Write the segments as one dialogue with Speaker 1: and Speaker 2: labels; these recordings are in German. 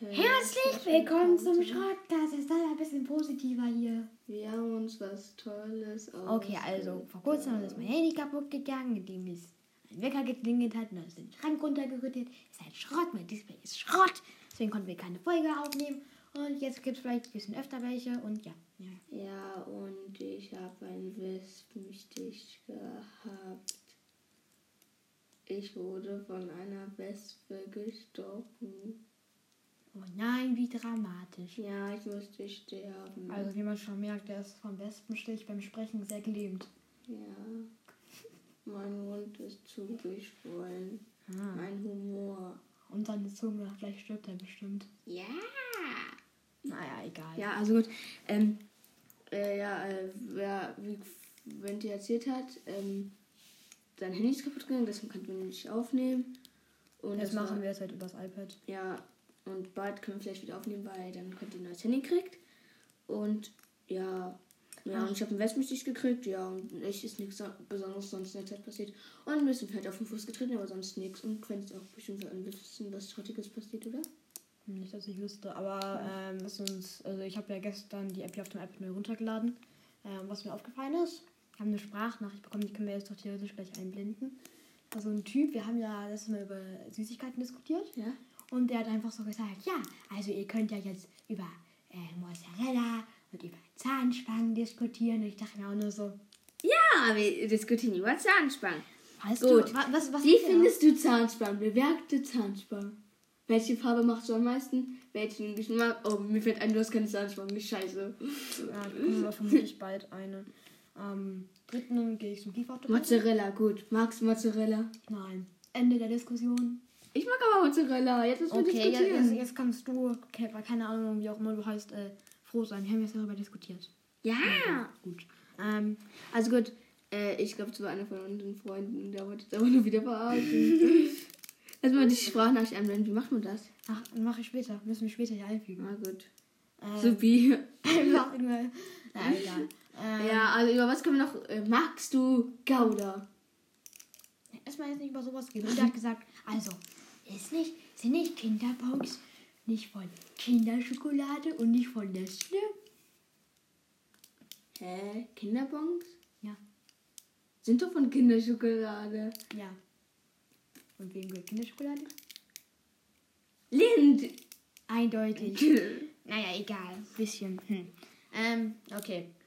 Speaker 1: Äh,
Speaker 2: Herzlich
Speaker 3: Äh,
Speaker 2: willkommen zum Schrottkast. Jetzt dann ein bisschen positiver hier.
Speaker 3: Wir haben uns was Tolles
Speaker 2: Okay, also vor kurzem ist mein Handy kaputt gegangen, indem es ein Wecker geklingelt hat und dann ist in den Schrank runtergerüttelt. Ist halt Schrott, mein Display ist Schrott. Deswegen konnten wir keine Folge aufnehmen. Und jetzt gibt es vielleicht ein bisschen öfter welche und ja. ja.
Speaker 3: Ja, und ich habe einen Wespenstich gehabt. Ich wurde von einer Wespe gestochen.
Speaker 2: Oh nein, wie dramatisch.
Speaker 3: Ja, ich musste sterben.
Speaker 1: Also wie man schon merkt, der ist vom Wespenstich beim Sprechen sehr gelähmt.
Speaker 3: Ja. Mein Mund ist zugeschwollen.
Speaker 2: Ah.
Speaker 3: Mein Humor.
Speaker 1: Und seine Zunge, vielleicht stirbt er bestimmt.
Speaker 3: Ja.
Speaker 2: Naja, egal.
Speaker 3: Ja, also gut. Ähm, äh, ja, äh, wer, wie Wendy erzählt hat, ähm, sein Handy ist kaputt gegangen, deswegen konnten wir nicht aufnehmen. Und
Speaker 1: Jetzt
Speaker 3: das war-
Speaker 1: machen wir es halt übers iPad.
Speaker 3: Ja, und bald können wir vielleicht wieder aufnehmen, weil dann könnt ihr ein neues Handy kriegt. Und ja, ja, und ich habe einen Wespenstich gekriegt, ja, und echt ist nichts Besonderes sonst in der Zeit passiert. Und ein bisschen vielleicht auf den Fuß getreten, aber sonst nichts. Und Quentin ist auch bestimmt ein bisschen was Schrottiges passiert, oder?
Speaker 1: Hm, Nicht, dass ich wüsste, aber ähm, was uns, also ich habe ja gestern die App hier auf dem iPad neu runtergeladen. Ähm, was mir aufgefallen ist, wir haben eine Sprachnachricht bekommen, die können wir jetzt doch theoretisch gleich einblenden. Also ein Typ, wir haben ja letztes Mal über Süßigkeiten diskutiert.
Speaker 3: Ja.
Speaker 1: Und der hat einfach
Speaker 2: so gesagt, ja, also ihr könnt ja jetzt über äh, Mozzarella und über Zahnspangen diskutieren. Und ich dachte mir auch nur so,
Speaker 3: Ja, wir diskutieren über Zahnspangen.
Speaker 2: weißt
Speaker 3: Gut.
Speaker 2: du, wa- was, was
Speaker 3: Wie
Speaker 2: hat er?
Speaker 3: findest du Zahnspangen? Bewerkte Zahnspangen. Welche Farbe machst du am meisten? Welchen Geschmack? Oh, mir fällt ein, du hast keine Zahnspangen. Scheiße.
Speaker 1: Ja, ich bekomme aber vermutlich bald eine. Am 3. gehe ich zum Lieferautomat.
Speaker 3: Mozzarella, gut. Magst du Mozzarella?
Speaker 1: Nein. Ende der Diskussion.
Speaker 3: Ich mag aber Mozzarella. Jetzt müssen wir
Speaker 1: Okay, jetzt,
Speaker 3: diskutieren.
Speaker 1: jetzt, jetzt kannst du, ke- keine Ahnung, wie auch immer du heißt, äh, froh sein. Wir haben jetzt darüber diskutiert.
Speaker 3: Ja.
Speaker 1: Gut. Ähm,
Speaker 3: Also gut. Äh, ich glaube, es war einer von unseren Freunden. Der wollte es aber nur wieder verarschen. Erstmal die Sprachnachricht anwenden. Wie macht man das?
Speaker 1: ach, mache ich später. Müssen wir später hier einfügen.
Speaker 3: Na gut.
Speaker 1: Ähm,
Speaker 3: So wie.
Speaker 1: einfach irgendwann. Na, egal. Ähm,
Speaker 3: Ja, also über was können wir noch. Äh, magst du Gouda?
Speaker 1: Erstmal jetzt nicht über sowas reden.
Speaker 2: Und er hat gesagt, also, ist nicht, sind nicht Kinderpunks nicht von Kinderschokolade und nicht von Nestle?
Speaker 3: Hä? Kinderbons?
Speaker 2: Ja.
Speaker 3: Äh, Sind doch von Kinderschokolade.
Speaker 2: Ja. Und wem gehört Kinderschokolade?
Speaker 3: Lind!
Speaker 2: Eindeutig. Naja, egal. Bisschen. Hm. Ähm, okay.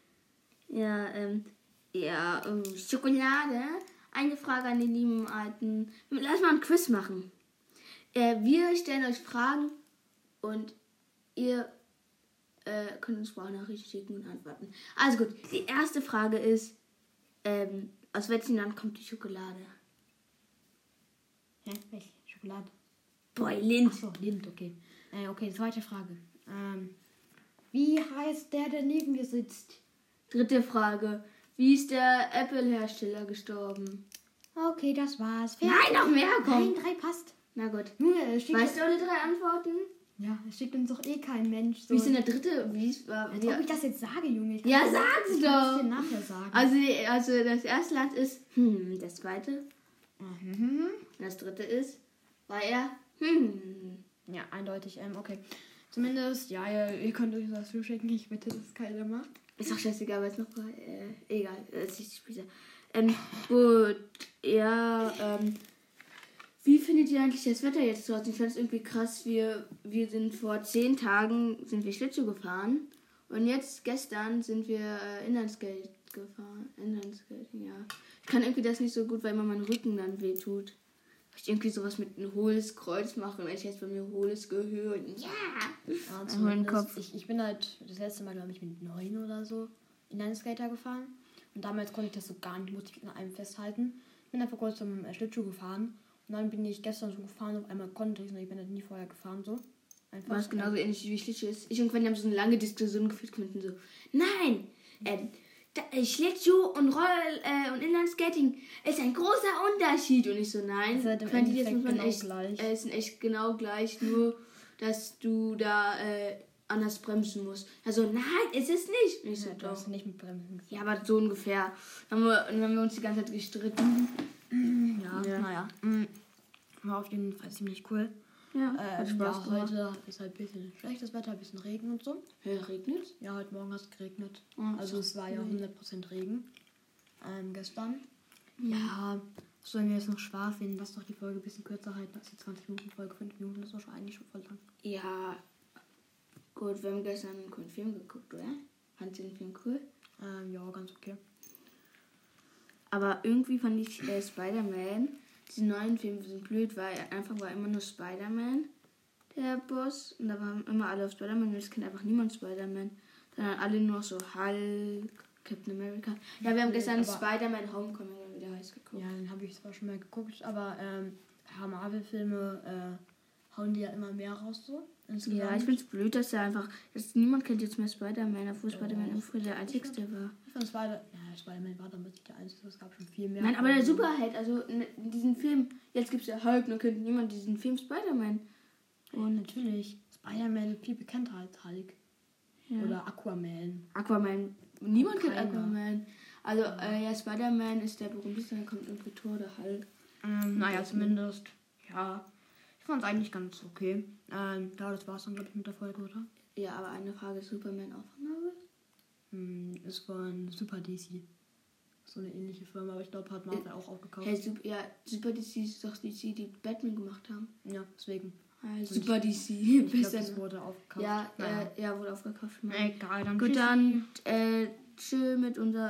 Speaker 3: Ja, ähm, ja, ähm, Schokolade. Eine Frage an die lieben Alten. Lass mal ein Quiz machen. Äh, wir stellen euch Fragen und ihr äh, könnt uns Sprachnachrichten schicken und antworten. Also gut, die erste Frage ist, ähm, aus welchem Land kommt die Schokolade?
Speaker 2: Hä? Welche Schokolade?
Speaker 3: Boy, Lind.
Speaker 2: Achso, Lind, okay.
Speaker 1: Äh, okay, zweite Frage. Ähm, wie heißt der, der neben mir sitzt?
Speaker 3: Dritte Frage. Wie ist der Apple-Hersteller gestorben?
Speaker 2: Okay, das war's.
Speaker 3: Nein, noch mehr
Speaker 2: Nein,
Speaker 3: kommen.
Speaker 2: drei passt.
Speaker 3: Na gut.
Speaker 1: Junge, es schickt,
Speaker 3: Weißt du alle drei Antworten?
Speaker 1: ja, es schickt uns doch eh kein Mensch. So.
Speaker 3: Wie ist denn der dritte? Wie ist, war,
Speaker 1: Als
Speaker 3: wie,
Speaker 1: ob ich das jetzt sage, Junge. Ich
Speaker 3: Ja, sag's
Speaker 1: kann es dir
Speaker 3: doch!
Speaker 1: nachher sagen.
Speaker 3: Also, also das erste Land ist hm, das zweite.
Speaker 1: Mhm.
Speaker 3: Das dritte ist, war er hm.
Speaker 1: Ja, eindeutig. Ähm, okay. Zumindest, ja, ihr, ihr könnt euch das zuschicken. Ich wette, dass keiner macht.
Speaker 3: Ist auch scheißegal, weil es noch war. Äh, egal, das ist nicht später. Ähm, gut, ja, ähm. Wie findet ihr eigentlich das Wetter jetzt draußen? Ich fand es irgendwie krass. Wir, wir sind vor zehn Tagen sind wir Schlittschuh gefahren. Und jetzt, gestern, sind wir äh, Inlineskate gefahren. Inlineskating, ja. Ich kann irgendwie das nicht so gut, weil immer mein Rücken dann wehtut. Weil Ich irgendwie sowas mit ein hohles Kreuz machen. Ich hätte bei mir hohles Gehirn. Ja!
Speaker 1: Ja,
Speaker 3: meinen
Speaker 1: zumindest.
Speaker 3: Kopf.
Speaker 1: Ähm, Ich, ich bin halt das letzte Mal, glaube ich, mit neun oder so in einen Skater gefahren. Und damals konnte ich das so gar nicht, musste ich an einem festhalten. Bin dann vor kurzem äh, Schlittschuh gefahren. Und dann bin ich gestern so gefahren, auf einmal konnte ich es nicht. Ich bin halt nie vorher gefahren, so. Einfach.
Speaker 3: Was genauso ähnlich wie Schlittschuh ist. Ich und Quentin haben so eine lange Diskussion geführt, Quentin so, nein, ähm, da, äh, Schlittschuh und Roll äh, und Inlineskating ist ein großer Unterschied. Und ich so, nein,
Speaker 1: Ist halt im
Speaker 3: Quentin, jetzt muss
Speaker 1: Endeffekt
Speaker 3: man
Speaker 1: genau
Speaker 3: echt,
Speaker 1: gleich.
Speaker 3: Äh, sind echt genau gleich, nur dass du da äh, anders bremsen musst. Also nein, ist es nicht. Und ich so,
Speaker 1: Ja, du
Speaker 3: doch.
Speaker 1: hast nicht mit Bremsen.
Speaker 3: Ja, aber so ungefähr. Dann haben, wir, dann haben wir uns die ganze Zeit gestritten.
Speaker 1: Mm. Ja, naja. War auf jeden Fall ziemlich cool.
Speaker 3: Ja, hat
Speaker 1: Ähm,
Speaker 3: Spaß
Speaker 1: ja,
Speaker 3: gemacht.
Speaker 1: heute ist halt ein bisschen schlechtes Wetter, ein bisschen Regen und so.
Speaker 3: Hey, regnet's?
Speaker 1: Ja, heute Morgen hat es geregnet.
Speaker 3: Ah,
Speaker 1: Also es war ja
Speaker 3: nee.
Speaker 1: 100% Regen. Ähm, gestern. Ja, sollen wir jetzt noch Spaß finden? Lass doch die Folge ein bisschen kürzer halten als die 20 Minuten Folge. 5 Minuten ist doch schon eigentlich schon voll lang.
Speaker 3: Ja. Gut, wir haben gestern einen coolen Film geguckt, oder? Fand den Film cool.
Speaker 1: Ähm, ja, ganz okay.
Speaker 3: Aber irgendwie fand ich äh, Spider-Man, die neuen Filme sind blöd, weil einfach war immer nur Spider-Man der Boss. Und da waren immer alle auf Spider-Man und es kennt einfach niemand Spider-Man. Sondern alle nur so Hulk, Captain America. Ja, wir haben gestern
Speaker 1: aber-
Speaker 3: Spider-Man Homecoming, oder wie der heißt, geguckt.
Speaker 1: Ja, den habe ich zwar schon mal geguckt, aber ähm, ja, Marvel-Filme äh, hauen die ja immer mehr raus so.
Speaker 3: Ja,
Speaker 1: Insgesamt.
Speaker 3: ich find's blöd, dass er einfach. Dass niemand kennt jetzt mehr Spider-Man, obwohl
Speaker 1: Ja.
Speaker 3: Spider-Man immer früher der einzigste war.
Speaker 1: Ich fand Spider ja, Spider-Man war damals nicht der einzige, es gab schon viel mehr.
Speaker 3: Nein, aber der Superheld, also in in diesem Film, jetzt gibt's ja Hulk, nur kennt niemand diesen Film Spider-Man.
Speaker 1: Und natürlich, Spider-Man viel bekannter als Hulk.
Speaker 3: Ja.
Speaker 1: Oder Aquaman.
Speaker 3: Aquaman. Niemand kennt
Speaker 1: Keiner.
Speaker 3: Aquaman. Also, äh, ja, Spider-Man ist der berühmteste, dann kommt irgendwie Thor oder Hulk.
Speaker 1: naja, zumindest. Ja. Ich fand es eigentlich ganz okay. Ähm, ja, das war's dann, glaube ich, mit der Folge, oder?
Speaker 3: Ja, aber eine Frage, ist Superman auch von Marvel?
Speaker 1: Hm, ist von Super DC. So eine ähnliche Firma, aber ich glaube, hat Marvel auch aufgekauft.
Speaker 3: Hey, Sup- ja, Super DC ist doch DC, die Batman gemacht haben.
Speaker 1: Ja, deswegen.
Speaker 3: Äh,
Speaker 1: ich-
Speaker 3: Super
Speaker 1: Ich
Speaker 3: DC,
Speaker 1: glaube, das
Speaker 3: besser.
Speaker 1: wurde aufgekauft.
Speaker 3: Ja,
Speaker 1: Naja.
Speaker 3: äh, ja, wurde aufgekauft. von Marvel.
Speaker 1: Egal, dann
Speaker 3: Gut,
Speaker 1: tschüss.
Speaker 3: dann äh, chill mit unser